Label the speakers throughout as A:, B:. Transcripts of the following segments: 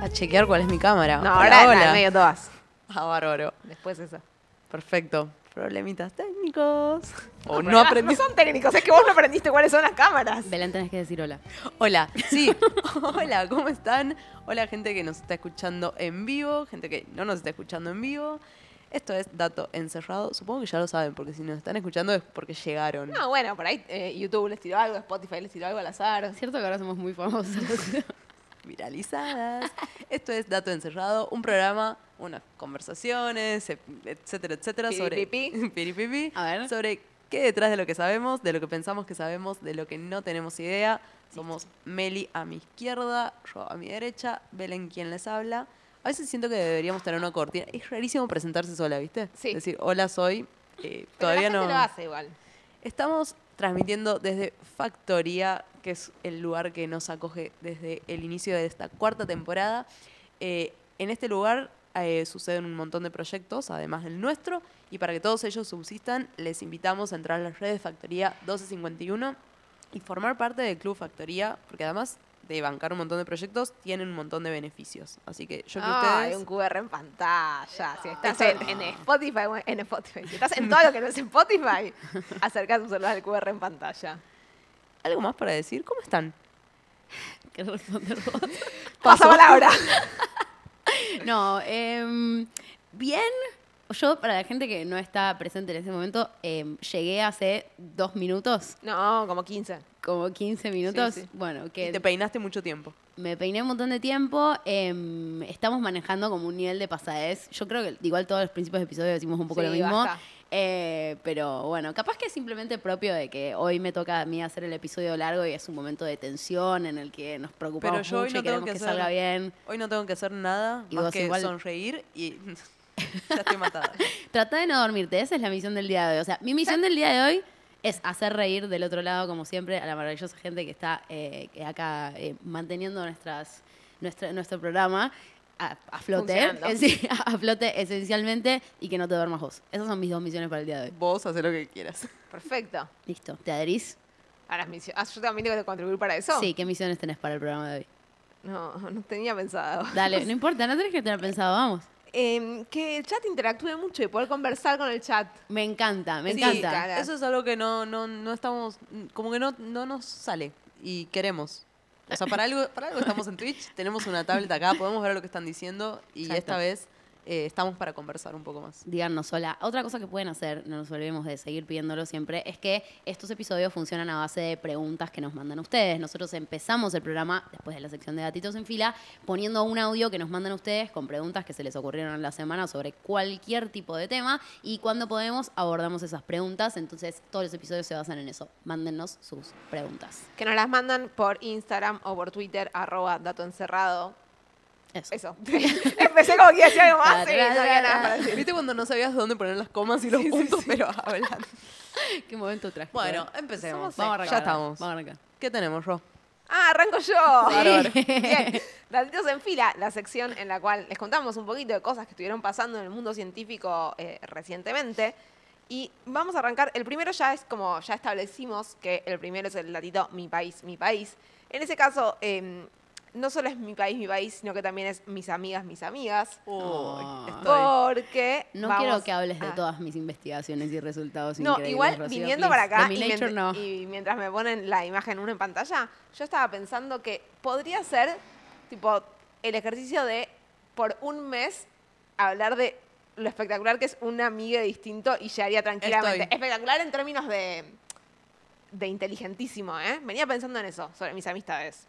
A: A chequear cuál es mi cámara.
B: No,
A: Hola,
B: ahora nada,
A: hola.
B: medio todas.
A: Ah, bárbaro.
B: Después eso.
A: Perfecto. Problemitas técnicos. O
B: pero
A: no
B: no-
A: aprendí.
B: No son técnicos, es que vos no aprendiste cuáles son las cámaras.
C: Belén, tenés que decir hola.
A: Hola, sí. Hola, ¿cómo están? Hola, gente que nos está escuchando en vivo, gente que no nos está escuchando en vivo. Esto es Dato Encerrado. Supongo que ya lo saben, porque si nos están escuchando es porque llegaron.
B: No, bueno, por ahí eh, YouTube les tiró algo, Spotify les tiró algo al azar.
C: Es cierto que ahora somos muy famosos.
A: Viralizadas. Esto es Dato Encerrado, un programa, unas conversaciones, e- etcétera, etcétera, sobre.
B: Piripipi.
A: Piripipi.
C: A ver.
A: Sobre qué detrás de lo que sabemos, de lo que pensamos que sabemos, de lo que no tenemos idea. Somos Meli a mi izquierda, yo a mi derecha, Belén quien les habla. A veces siento que deberíamos tener una cortina. Es rarísimo presentarse sola, ¿viste?
B: Sí.
A: Decir, hola, soy. eh,
B: Pero
A: todavía
B: la gente
A: no.
B: lo hace igual.
A: Estamos transmitiendo desde Factoría, que es el lugar que nos acoge desde el inicio de esta cuarta temporada. Eh, en este lugar eh, suceden un montón de proyectos, además del nuestro, y para que todos ellos subsistan, les invitamos a entrar a las redes Factoría 1251 y formar parte del Club Factoría, porque además de bancar un montón de proyectos, tienen un montón de beneficios. Así que yo que
B: Ay,
A: ustedes...
B: un QR en pantalla. Si estás
A: Eso-
B: en, en Spotify, bueno, en Spotify. Si estás en todo lo que no es Spotify, acercás un celular al QR en pantalla.
A: ¿Algo más para decir? ¿Cómo están?
C: ¿Querés responder vos?
B: Pasa palabra.
C: No, em, bien. Yo, para la gente que no está presente en ese momento, em, llegué hace dos minutos,
B: No, como 15.
C: como 15 minutos.
B: sí.
C: Bueno,
A: Y
C: que
A: Te peinaste mucho tiempo.
C: me peiné un montón de tiempo. em, estamos manejando como un nivel de pasadez. Yo creo que igual todos los principios de episodio decimos un poco
B: Sí,
C: lo mismo.
B: basta.
C: Eh, pero bueno, capaz que es simplemente propio de que hoy me toca a mí hacer el episodio largo y es un momento de tensión en el que nos preocupamos
A: Pero yo hoy
C: mucho
A: no
C: y
A: tengo
C: queremos
A: que
C: que,
A: hacer-
C: salga bien.
A: Hoy no tengo que hacer nada
C: Y
A: más
C: vos
A: que
C: igual.
A: sonreír y ya estoy matada.
C: Trata de no dormirte, esa es la misión del día de hoy. O sea, mi misión del día de hoy es hacer reír del otro lado, como siempre, a la maravillosa gente que está eh, que acá eh, manteniendo nuestras, nuestra- nuestro programa a, a flote.
B: Funcionando.
C: Eh, sí, a flote esencialmente y que no te duermas vos. Esas son mis dos misiones para el día de hoy.
A: Vos haces lo que quieras.
B: Perfecto.
C: Listo, ¿te adherís?
B: Ahora, mis- ah, yo también tengo que contribuir para eso.
C: Sí, ¿qué misiones tenés para el programa de hoy?
B: No, no tenía pensado.
C: Dale, no importa, no tenés que tener pensado, vamos.
B: Em, que el chat interactúe mucho y poder conversar con el chat.
C: Me encanta, me
B: Sí,
C: encanta.
B: claro.
A: Eso es algo que no, no, no estamos, como que no, no nos sale y queremos. O sea, para algo, para algo estamos en Twitch, tenemos una tablet acá, podemos ver lo que están diciendo y
C: Exacto.
A: esta vez eh, estamos para conversar un poco más.
C: Díganos hola. Otra cosa que pueden hacer, no nos olvidemos de seguir pidiéndolo siempre, es que estos episodios funcionan a base de preguntas que nos mandan ustedes. Nosotros empezamos el programa, después de la sección de gatitos en fila, poniendo un audio que nos mandan ustedes con preguntas que se les ocurrieron en la semana sobre cualquier tipo de tema y cuando podemos abordamos esas preguntas. Entonces todos los episodios se basan en eso. Mándennos sus preguntas.
B: Que nos las mandan por Instagram o por Twitter, arroba dato encerrado.
C: Eso.
B: Eso. Empecé como que decía algo más. y no había nada para decir.
A: ¿Viste cuando no sabías dónde poner las comas y los puntos, pero hablan?
C: Qué momento trágico.
A: Bueno,
C: ¿eh?
A: empecemos.
C: Vamos a arrancar.
A: Ya estamos.
C: Vamos a arrancar.
A: ¿Qué tenemos, Ro?
B: Ah, arranco yo.
A: Bárbaro.
B: Bien. Datitos en fila, la sección en la cual les contamos un poquito de cosas que estuvieron pasando en el mundo científico eh, recientemente. Y vamos a arrancar. El primero ya es como ya establecimos que el primero es el datito mi país, mi país. En ese caso, eh, no solo es mi país, mi país, sino que también es mis amigas, mis amigas.
A: Oh,
C: No.
A: estoy-
B: Porque.
C: No
B: vamos
C: quiero que hables de
B: a-
C: todas mis investigaciones y resultados
B: No,
C: increíbles,
B: igual
C: Rocío,
B: viniendo
C: please.
B: para acá
C: De
B: y,
C: Miniature,
B: mien-
C: no.
B: y mientras me ponen la imagen uno en pantalla, yo estaba pensando que podría ser tipo el ejercicio de por un mes hablar de lo espectacular que es una amiga distinto y llegaría tranquilamente.
A: Estoy.
B: Espectacular en términos de, de inteligentísimo, ¿eh? Venía pensando en eso, sobre mis amistades.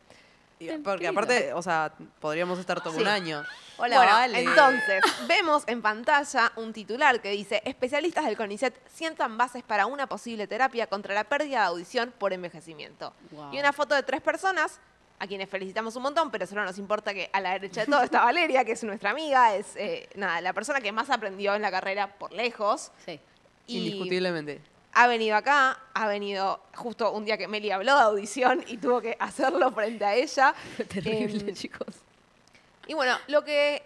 A: Y- Porque aparte, o sea, podríamos estar todo
B: Sí.
A: un año. Hola,
B: Bueno,
A: vale.
B: Entonces, vemos en pantalla un titular que dice: Especialistas del CONICET sientan bases para una posible terapia contra la pérdida de audición por envejecimiento.
C: Wow.
B: Y una foto de tres personas. A quienes felicitamos un montón, pero solo nos importa que a la derecha de todo está Valeria, que es nuestra amiga, es eh, nada, la persona que más aprendió en la carrera por lejos.
C: Sí.
B: Y
A: Indiscutiblemente.
B: ha venido acá, ha venido justo un día que Meli habló de audición y tuvo que hacerlo frente a ella.
C: Terrible,
B: Em,
C: chicos.
B: y bueno, lo que,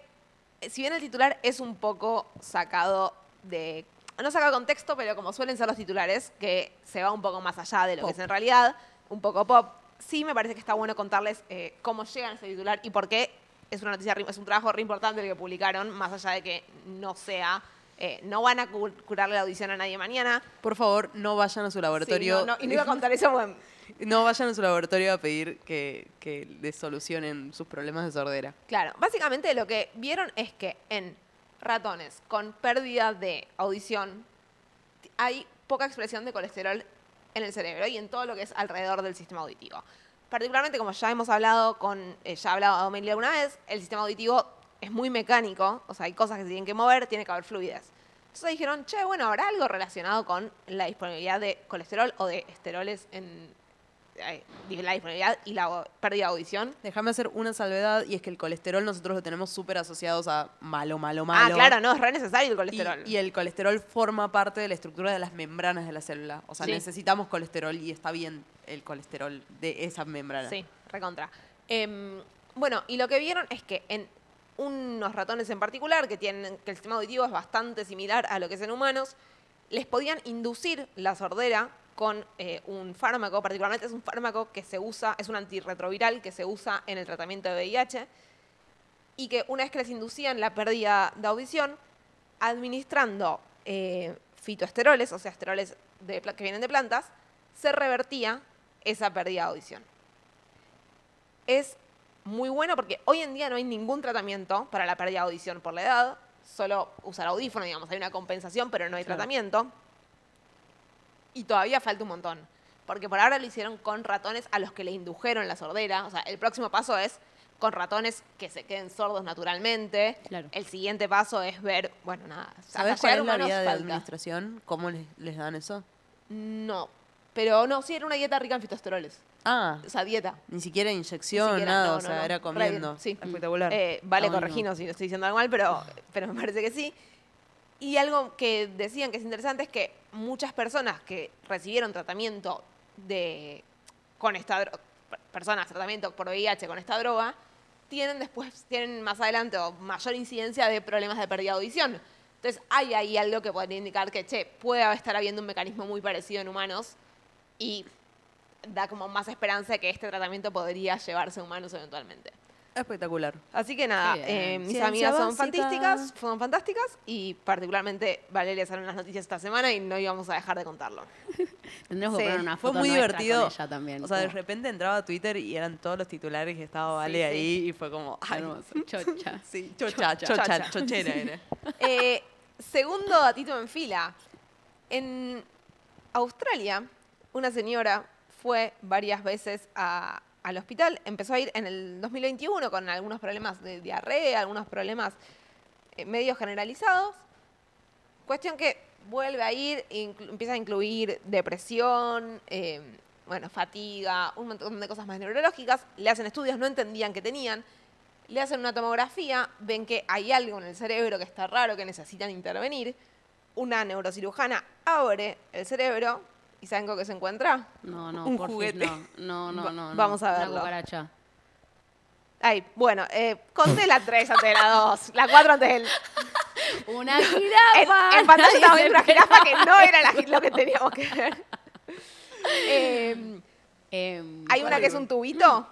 B: eh, si bien el titular es un poco sacado de, no sacado de contexto, pero como suelen ser los titulares, que se va un poco más allá de lo que
A: Pop.
B: es en realidad, un poco pop, sí me parece que está bueno contarles eh, cómo llegan a ese este titular y por qué es una noticia, re- es un trabajo re importante el que publicaron, más allá de que no sea, eh, no van a cu- curarle la audición a nadie mañana.
A: Por favor, no vayan a su laboratorio.
B: Sí, no, no, y no iba a contar eso, bueno,
A: No vayan a su laboratorio a pedir que, que les solucionen sus problemas de sordera.
B: Claro, básicamente lo que vieron es que en ratones con pérdida de audición t- hay poca expresión de colesterol en el cerebro y en todo lo que es alrededor del sistema auditivo. Particularmente, como ya hemos hablado con, eh, ya ha hablado Amelia una vez, el sistema auditivo es muy mecánico, o sea, hay cosas que se tienen que mover, tiene que haber fluidez. Entonces dijeron, che, bueno, habrá algo relacionado con la disponibilidad de colesterol o de esteroles en eh, la disponibilidad y la o- pérdida de audición.
A: Déjame hacer una salvedad y es que el colesterol nosotros lo tenemos súper asociados a malo, malo, malo.
B: Ah, claro, no, es re necesario el
A: Y-
B: colesterol.
A: Y, el colesterol forma parte de la estructura de las membranas de la célula. O sea,
B: Sí.
A: necesitamos colesterol y está bien el colesterol de esas membranas.
B: Sí, recontra. Em, bueno, y lo que vieron es que en unos ratones en particular, que tienen que el sistema auditivo es bastante similar a lo que es en humanos, les podían inducir la sordera con eh, un fármaco, particularmente es un fármaco que se usa, es un antirretroviral que se usa en el tratamiento de VIH, y que una vez que les inducían la pérdida de audición, administrando eh, fitoesteroles, o sea, esteroles de pla- que vienen de plantas, se revertía esa pérdida de audición. Es muy bueno porque hoy en día no hay ningún tratamiento para la pérdida de audición por la edad, solo usar audífono, digamos, hay una compensación, pero no hay
A: Claro.
B: tratamiento. Y todavía falta un montón, porque por ahora lo hicieron con ratones a los que le indujeron la sordera, o sea, el próximo paso es con ratones que se queden sordos naturalmente.
C: Claro.
B: El siguiente paso es ver, bueno, nada, hasta
A: ¿Sabes cuál
B: llegar
A: es la
B: humanos
A: vida de
B: falta.
A: administración? ¿Cómo les, les dan eso?
B: No, pero no, sí, era una dieta rica en fitosteroles.
A: Ah,
B: O sea, dieta.
A: ni siquiera
B: Ni
A: inyección,
B: siquiera,
A: nada,
B: no,
A: o
B: no,
A: sea,
B: no.
A: era
B: Re bien,
A: comiendo.
B: sí.
A: Espectacular.
B: Eh, vale,
A: Ay, no.
B: correginos si lo estoy diciendo algo mal, pero, pero me parece que sí. Y algo que decían que es interesante es que muchas personas que recibieron tratamiento de con esta dro- personas tratamiento por VIH con esta droga tienen después tienen más adelante o mayor incidencia de problemas de pérdida de audición. Entonces hay ahí algo que podría indicar que che puede estar habiendo un mecanismo muy parecido en humanos y da como más esperanza de que este tratamiento podría llevarse a humanos eventualmente.
A: Espectacular.
B: Así que nada,
C: Qué bien.
B: eh, mis
A: Ciencia
B: amigas son
A: básica.
B: fantásticas, son fantásticas y particularmente Valeria salió en las noticias esta semana y no íbamos a dejar de contarlo.
C: Tendremos que
B: Sí,
C: poner una
A: Fue
C: foto
A: muy
C: nuestra
A: divertido.
C: con ella también.
A: o sea, de
C: como-
A: repente entraba a Twitter y eran todos los titulares que estaba Vale
B: Sí, sí.
A: ahí y fue como, ay,
C: hermoso, chocha.
A: sí, chocha, chocha,
B: Chocha.
A: chochera era.
B: Eh, segundo datito en fila. En Australia, una señora fue varias veces a- al hospital, empezó a ir en el 2021 con algunos problemas de diarrea, algunos problemas eh, medios generalizados. Cuestión que vuelve a ir, inclu- empieza a incluir depresión, eh, bueno, fatiga, un montón de cosas más neurológicas. Le hacen estudios, no entendían que tenían. Le hacen una tomografía, ven que hay algo en el cerebro que está raro, que necesitan intervenir. Una neurocirujana abre el cerebro y ¿saben con qué se encuentra?
C: No, no,
A: Un
C: por fin,
A: juguete.
C: no, no, no,
B: Va-
C: no, no.
B: vamos a verlo.
C: Una cucaracha.
B: Ay, bueno, eh, conté la 3 antes de la 2, la 4 antes del...
C: Una jirafa.
B: En, en pantalla
C: Nadie
B: estaba
C: se
B: viendo una
C: esperaba.
B: jirafa que no era la- lo que teníamos que ver. Eh,
C: Em,
B: hay una que es un tubito,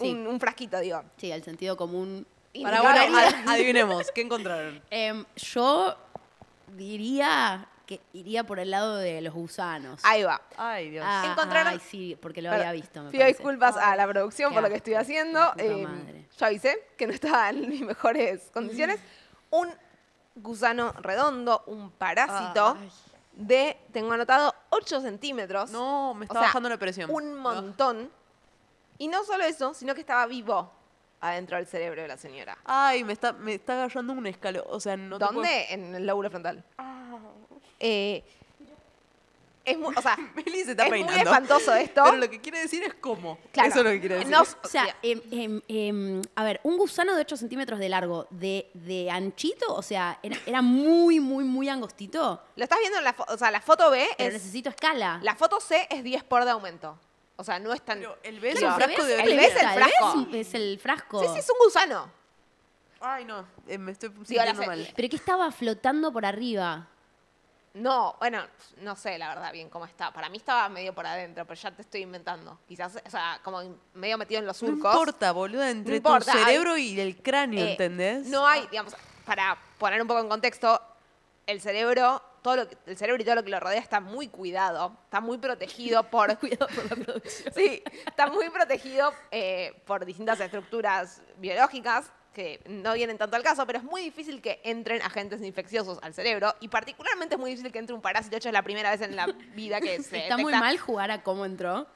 C: Sí.
B: un, un frasquito, digo.
C: Sí, el sentido común.
B: Y
A: Para
B: no
A: bueno,
B: era-
A: ad- adivinemos, ¿qué encontraron?
C: Em, yo diría que iría por el lado de los gusanos.
B: Ahí va.
A: Ay, Dios.
C: Ah,
B: Encontraron-
C: ay, sí, porque lo
B: Pero
C: había visto. me
B: Pido
C: parece.
B: disculpas a la producción
C: Qué
B: por lo que
C: asco,
B: estoy haciendo.
C: la puta
B: eh,
C: madre.
B: yo avisé que no estaba en mis mejores condiciones. Un gusano redondo, un parásito
A: Ay.
B: de, tengo anotado, 8 centímetros.
A: No, me
B: O
A: está
B: sea,
A: bajando la presión.
B: Un
A: montón.
B: montón. Y no solo eso, sino que estaba vivo adentro del cerebro de la señora.
A: Ay, me está, me está agarrando un escalo. O sea, no te
B: ¿Dónde?
A: puedo- Ah.
B: En el lóbulo frontal. Eh, es muy, o sea,
A: Meli se está
B: es muy
A: peinando.
B: espantoso esto.
A: Pero lo que quiere decir es cómo.
B: Claro. Eh,
A: Eso es lo que quiere decir.
B: No,
C: O sea, em, em, em, a ver, un gusano de 8 centímetros de largo, de, de anchito, o sea, era, era muy, muy, muy angostito.
B: lo estás viendo en la foto, o sea, la foto B
C: Pero
B: es
C: necesito escala.
B: La foto C es 10 por de aumento. O sea, no es tan.
A: Pero el B es
B: Claro,
A: un frasco
C: ¿ves?
A: de
B: el
A: orina.
B: B es el
C: tal
B: frasco.
C: vez Es el frasco.
B: Sí, sí, es un gusano.
A: Ay, no. eh, me estoy
B: Digo, la
A: sintiendo
B: fe-
A: mal.
C: Pero que estaba flotando por arriba.
B: No, bueno, no sé la verdad bien cómo está. Para mí estaba medio por adentro, pero ya te estoy inventando. Quizás, o sea, como in- medio metido en los
A: No
B: surcos.
A: importa, boluda, entre
B: No importa,
A: tu
B: hay-
A: cerebro y el cráneo,
B: Eh,
A: ¿entendés?
B: No hay, digamos, para poner un poco en contexto, el cerebro, todo lo que- el cerebro y todo lo que lo rodea está muy cuidado, está muy protegido por.
C: Cuidado por la producción.
B: sí, está muy protegido eh, por distintas estructuras biológicas que no vienen tanto al caso, pero es muy difícil que entren agentes infecciosos al cerebro y particularmente es muy difícil que entre un parásito. De hecho, es la primera vez en la vida que se
C: Está muy
B: detecta.
C: mal jugar a cómo
B: Eh,
C: entró.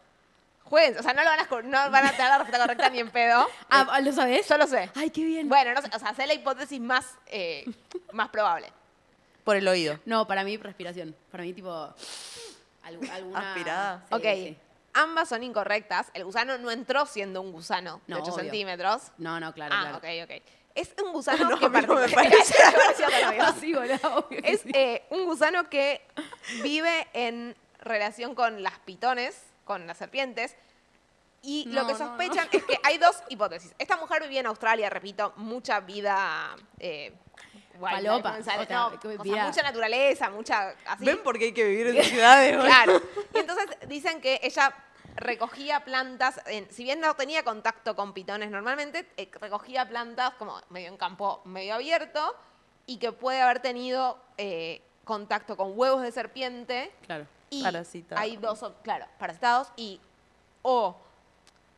B: Jueguen, o sea, no, lo van a, escu- no van a tener la respuesta correcta ni en pedo.
C: Ah, ah, ¿lo sabés?
B: Yo lo sé.
C: Ay, qué bien.
B: Bueno, no sé, o sea, sé la hipótesis más, eh, más probable.
A: Por el oído.
C: No, para mí respiración. Para mí tipo algu- alguna
A: Aspirada.
C: Sí,
B: ok,
C: sí.
B: ambas son incorrectas. El gusano no entró siendo un gusano
C: No,
B: de 8
C: obvio.
B: centímetros.
C: No, no, claro,
B: Ah,
C: claro.
B: ok, ok. Es un gusano
A: No,
B: que
A: a mí no me
B: partic-
A: parece.
B: Ya me pareció que no, digo.
C: Sí, boludo, obvio que
B: Es
C: sí.
B: eh, un gusano que vive en relación con las pitones, con las serpientes. Y lo
C: No,
B: que
C: no, no.
B: sospechan es que hay dos hipótesis. Esta mujer vivía en Australia, repito, mucha vida. Eh, wild,
C: Palopa,
B: ¿cómo se llama?
C: o sea,
B: No,
C: que
B: o sea,
C: vida-
B: mucha naturaleza, mucha. Así.
A: ¿Ven por qué hay que vivir en ciudades? boluda?
B: Claro. Y entonces dicen que ella recogía plantas, en- si bien no tenía contacto con pitones normalmente, eh, recogía plantas como medio en campo, medio abierto, y que puede haber tenido eh, contacto con huevos de serpiente.
C: Claro.
B: Y
A: Parasita.
B: hay dos, op- claro, parasitados y o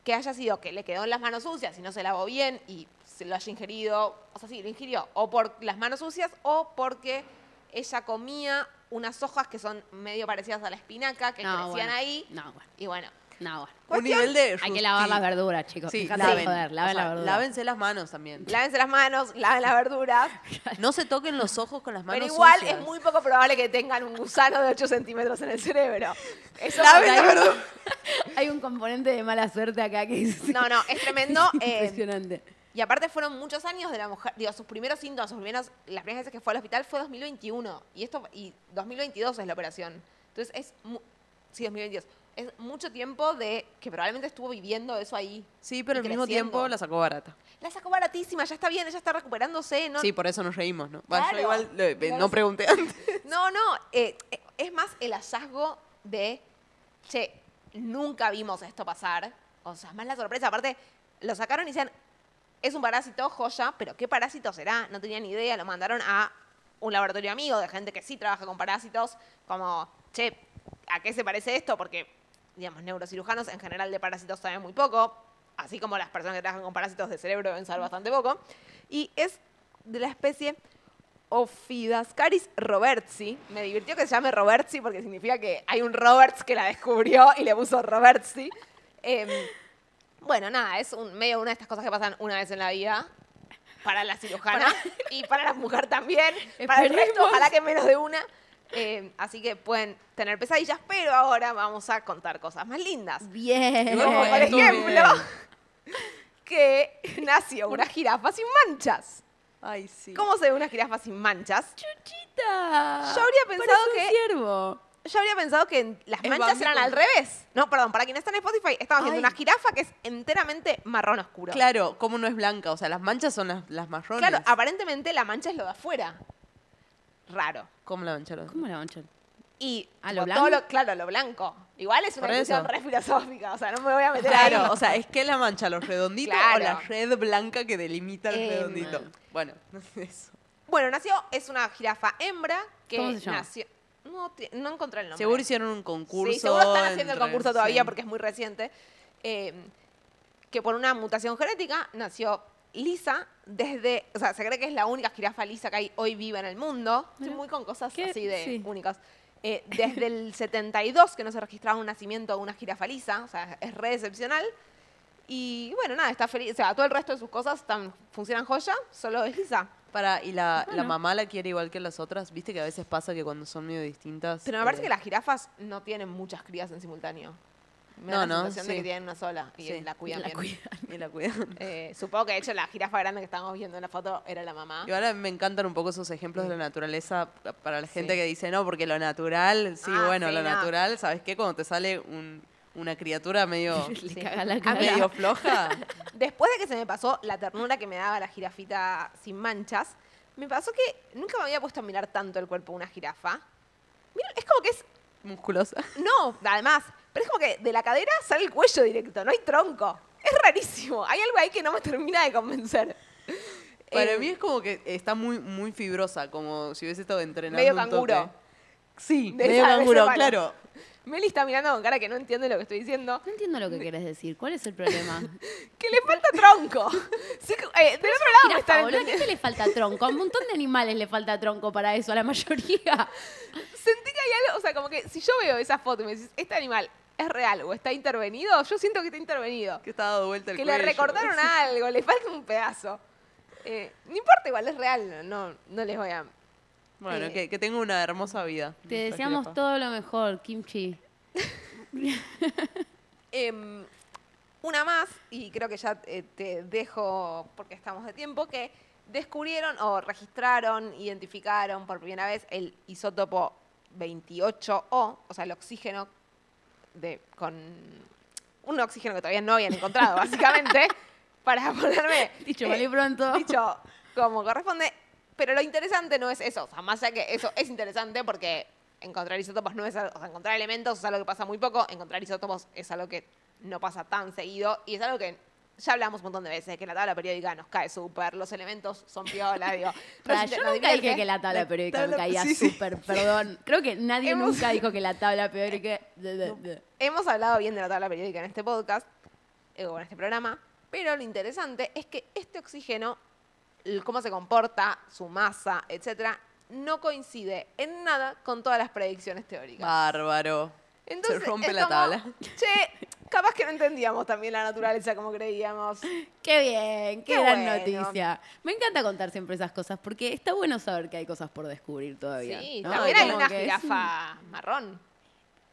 B: que haya sido que le quedó en las manos sucias y no se lavó bien y se lo haya ingerido, o sea, sí, lo ingirió, o por las manos sucias o porque ella comía unas hojas que son medio parecidas a la espinaca que
C: No,
B: crecían
C: bueno.
B: ahí
C: No, bueno.
B: y bueno,
C: No, bueno.
A: Un nivel de.
C: Hay que lavar las
A: rusti-
C: verduras, chicos.
A: Sí,
C: Fíjate,
A: laven.
C: joder,
A: O
C: laven
A: sea,
C: la verdura.
A: Lávense las manos también.
B: lávense las manos, laven las verduras,
A: No se toquen los ojos con las manos.
B: pero igual
A: sucias.
B: es muy poco probable que tengan un gusano de 8 centímetros en el cerebro. Eso
A: Laven
B: por
A: las
B: ahí-
A: verduras.
C: Hay un componente de mala suerte acá que es,
B: No, no, es tremendo. eh,
C: impresionante.
B: Y aparte fueron muchos años de la mujer, digo, sus primeros síntomas, sus primeras, las primeras veces que fue al hospital fue 2021 y esto y 2022 es la operación. Entonces es mu- sí, 2022. Es mucho tiempo de que probablemente estuvo viviendo eso ahí.
A: Sí, pero
B: y
A: al mismo
B: creciendo.
A: tiempo la sacó barata.
B: La sacó baratísima, ya está bien, ella está recuperándose, no
A: Sí, por eso nos reímos, ¿no? Va,
B: Claro.
A: Yo igual eh,
B: Claro,
A: no
B: sí.
A: pregunté antes.
B: No, no, eh, eh, es más el hallazgo de, che, nunca vimos esto pasar. O sea, es más la sorpresa. Aparte, lo sacaron y decían, es un parásito, joya, pero ¿qué parásito será? No tenían ni idea, lo mandaron a un laboratorio amigo de gente que sí trabaja con parásitos, como, che, ¿a qué se parece esto? Porque, digamos, neurocirujanos en general de parásitos saben muy poco, así como las personas que trabajan con parásitos de cerebro deben saber bastante poco. Y es de la especie Ophidascaris robertsi. Me divirtió que se llame robertsi porque significa que hay un Roberts que la descubrió y le puso robertsi. Em, bueno, nada, es un, medio una de estas cosas que pasan una vez en la vida. Para la cirujana y para la mujer también. Para el resto,
C: Esperemos.
B: ojalá que menos de una. Em, así que pueden tener pesadillas, pero ahora vamos a contar cosas más lindas.
C: Bien.
A: Igual
B: Como por
A: estuvo bien.
B: ejemplo, que nació una jirafa sin manchas.
A: Ay, sí.
B: ¿Cómo se ve una jirafa sin manchas?
C: Chuchita.
B: Yo habría pensado
C: Parece un
B: que-
C: ciervo.
B: Yo habría pensado que en- las
A: El
B: manchas
A: Bambi
B: eran
A: con-
B: al revés. No, perdón, para quien está en Spotify, estamos viendo
A: Ay.
B: una jirafa que es enteramente marrón oscuro.
A: Claro, cómo no es blanca. O sea, las manchas son las, las marrones.
B: Claro, aparentemente la mancha es lo de afuera. Raro.
A: ¿Cómo la mancharon?
C: ¿Cómo la manchan?
B: Y
C: ¿A lo
B: tipo, todo
C: blanco?
B: claro, lo blanco. Igual es una
A: Por
B: discusión
A: eso.
B: re filosófica, o sea, no me voy a meter ahí.
A: Claro, o sea, es que la mancha, los redonditos o
B: Claro.
A: la red blanca que delimita el
B: Em.
A: redondito. Bueno, eso.
B: Bueno, nació, es una jirafa hembra que
C: ¿Cómo se llama?
B: nació. No, te- no encontré el nombre.
A: Seguro hicieron un concurso.
B: Sí, seguro están haciendo el
A: entre-
B: concurso todavía
A: sí.
B: porque es muy reciente. Eh, que por una mutación genética nació lisa desde. O sea, se cree que es la única jirafa lisa que hay hoy viva en el mundo. Estoy
C: Mira.
B: muy con cosas
C: ¿Qué?
B: así de
C: Sí.
B: únicas. Eh, desde el 72 que no se registraba un nacimiento de una jirafa lisa. O sea, es re excepcional. Y bueno, nada, está feliz. O sea, todo el resto de sus cosas están, funcionan joya, solo es lisa.
A: Para, y la, la mamá la quiere igual que las otras. Viste que a veces pasa que cuando son medio distintas.
B: Pero me parece
A: eh,
B: que las jirafas no tienen muchas crías en simultáneo. Me
A: No,
B: da la
A: no,
B: sensación de
A: sí.
B: que tienen una sola y
A: Sí,
B: la cuidan
C: la
B: bien.
C: cuida.
A: y la cuidan.
B: Eh, supongo que de hecho la jirafa grande que estábamos viendo en la foto era la mamá.
A: Y ahora me encantan un poco esos ejemplos de la naturaleza pa- para la gente
B: Sí.
A: que dice, no, porque lo natural, sí,
B: Ah,
A: bueno,
B: sí,
A: lo
B: no.
A: natural, ¿sabes qué? Cuando te sale un- una criatura medio,
C: Le
B: Sí.
C: caga la cara.
A: medio floja.
B: Después de que se me pasó la ternura que me daba la jirafita sin manchas, me pasó que nunca me había puesto a mirar tanto el cuerpo de una jirafa. Mira, es como que es.
A: Musculosa.
B: No, además. Pero es como que de la cadera sale el cuello directo, no hay tronco. Es rarísimo. Hay algo ahí que no me termina de convencer.
A: Para
B: Eh,
A: mí es como que está muy, muy fibrosa, como si hubiese estado entrenando.
B: Medio
A: un
B: canguro.
A: toque. Sí,
B: De
A: medio
B: esa- de ese
A: canguro,
B: palo.
A: claro.
B: Meli está mirando con cara que no entiende lo que estoy diciendo.
C: No entiendo lo que querés decir. ¿Cuál es el problema?
B: Que le falta tronco. Sí, eh, del otro lado me
C: Mira,
B: están
C: Paola, ¿qué
B: entendiendo.
C: te le falta tronco? A un montón de animales le falta tronco para eso, a la mayoría.
B: Sentí que hay algo, o sea, como que si yo veo esa foto y me decís, este animal es real o está intervenido, yo siento que está intervenido.
A: Que está dado vuelta el
B: Que le
A: cuello.
B: recortaron algo, le falta un pedazo. Eh, no importa, igual es real, no, no les voy a...
A: Bueno,
B: Eh.
A: que, que tenga una hermosa vida.
C: Te
A: Esta
C: deseamos
A: jirafa.
C: todo lo mejor, Kimchi.
B: Em, una más, y creo que ya eh, te dejo porque estamos de tiempo, que descubrieron o registraron, identificaron por primera vez el isótopo 28O, o sea, el oxígeno de, con un oxígeno que todavía no habían encontrado, básicamente, para ponerme...
C: Dicho
B: eh,
C: mal y pronto.
B: dicho como corresponde. Pero lo interesante no es eso. O sea, más allá que eso es interesante porque encontrar isótopos no es algo, o sea, encontrar elementos es algo que pasa muy poco, encontrar isótopos es algo que no pasa tan seguido y es algo que ya hablamos un montón de veces, que en la tabla periódica nos cae súper, los elementos son piola, digo.
C: Pará,
B: nos-
C: yo
B: nos
C: nunca dije
B: divierte.
C: que la tabla
A: La
C: periódica
A: tabla-
C: me caía
A: sí, sí.
C: súper, perdón. Creo que nadie
B: Hemos-
C: nunca dijo que la tabla periódica... de- de- de.
B: Hemos hablado bien de la tabla periódica en este podcast, eh, o en este programa, pero lo interesante es que este oxígeno, el cómo se comporta, su masa, etcétera, no coincide en nada con todas las predicciones teóricas.
A: Bárbaro.
B: Entonces,
A: se rompe
B: es
A: la
B: como,
A: tabla.
B: Che, capaz que no entendíamos también la naturaleza como creíamos.
C: Qué bien, qué,
B: Qué
C: gran
B: bueno.
C: noticia. Me encanta contar siempre esas cosas porque está bueno saber que hay cosas por descubrir todavía.
B: Sí,
C: ¿no?
B: también
C: Y
B: hay
C: como
B: una
C: que es-
B: jirafa marrón.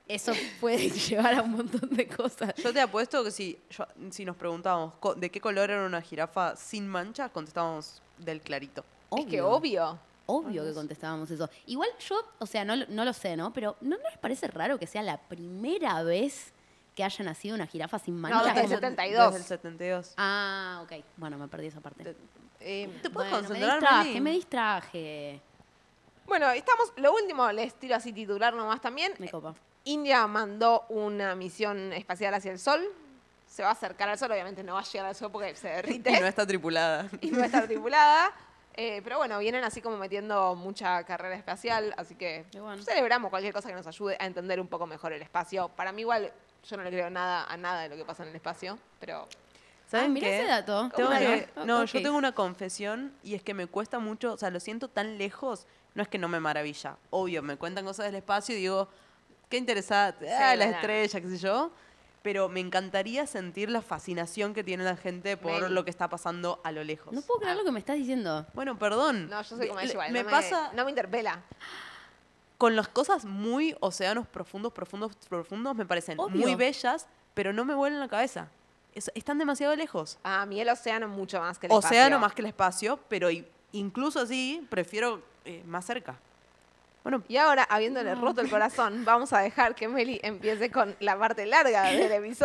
C: Eso puede llevar a un montón de cosas.
A: Yo te apuesto que si, yo- si nos preguntábamos co- de qué color era una jirafa sin manchas, contestábamos del clarito.
B: Es que obvio.
C: Obvio que contestábamos eso. Igual yo, o sea, no, lo- no lo sé, ¿no? Pero ¿no, no les parece raro que sea la primera vez que haya nacido una jirafa sin
B: No,
C: manchas?
B: desde el
C: Como-
B: 72.
A: Desde el 72.
C: Ah, ok. Bueno, me perdí esa parte.
A: Te-
B: Eh,
A: ¿Te puedes
C: Bueno,
A: concentrar,
C: me distraje,
A: Meli?
C: me distraje.
B: bueno, estamos. Lo último, les tiro así titular nomás también.
C: Me copa.
B: Eh, India mandó una misión espacial hacia el Sol. Se va a acercar al Sol, obviamente no va a llegar al Sol porque se derrite
A: Y no está tripulada.
B: y no está tripulada. Eh, pero bueno, vienen así como metiendo mucha carrera espacial, así que
C: Y bueno.
B: celebramos cualquier cosa que nos ayude a entender un poco mejor el espacio. Para mí igual yo no le creo nada a nada de lo que pasa en el espacio, pero
C: Ah,
A: ¿Saben
C: mirá
A: qué?
C: ese dato.
A: Tengo
C: Bueno,
A: que-
C: o-
A: no,
C: ok.
A: yo tengo una confesión y es que me cuesta mucho, o sea, lo siento tan lejos, no es que no me maravilla. Obvio, me cuentan cosas del espacio y digo, qué interesante, ah,
B: bueno.
A: la estrella, qué sé yo. Pero me encantaría sentir la fascinación que tiene la gente por
B: Meli.
A: lo que está pasando a lo lejos.
C: No puedo creer lo que me estás diciendo.
A: Bueno, perdón.
B: no, yo soy como
A: Le-
B: ella igual.
A: Me
B: no
A: pasa
B: no me interpela.
A: con las cosas muy océanos profundos, profundos, profundos, me parecen
C: Obvio.
A: muy bellas, pero no me vuelan la cabeza. Es- están demasiado lejos.
B: A mí el océano mucho más que el espacio.
A: océano más que el espacio, pero i- incluso así prefiero eh, más cerca. Bueno,
B: Y ahora, habiéndole roto el corazón, vamos a dejar que Meli empiece con la parte larga del episodio.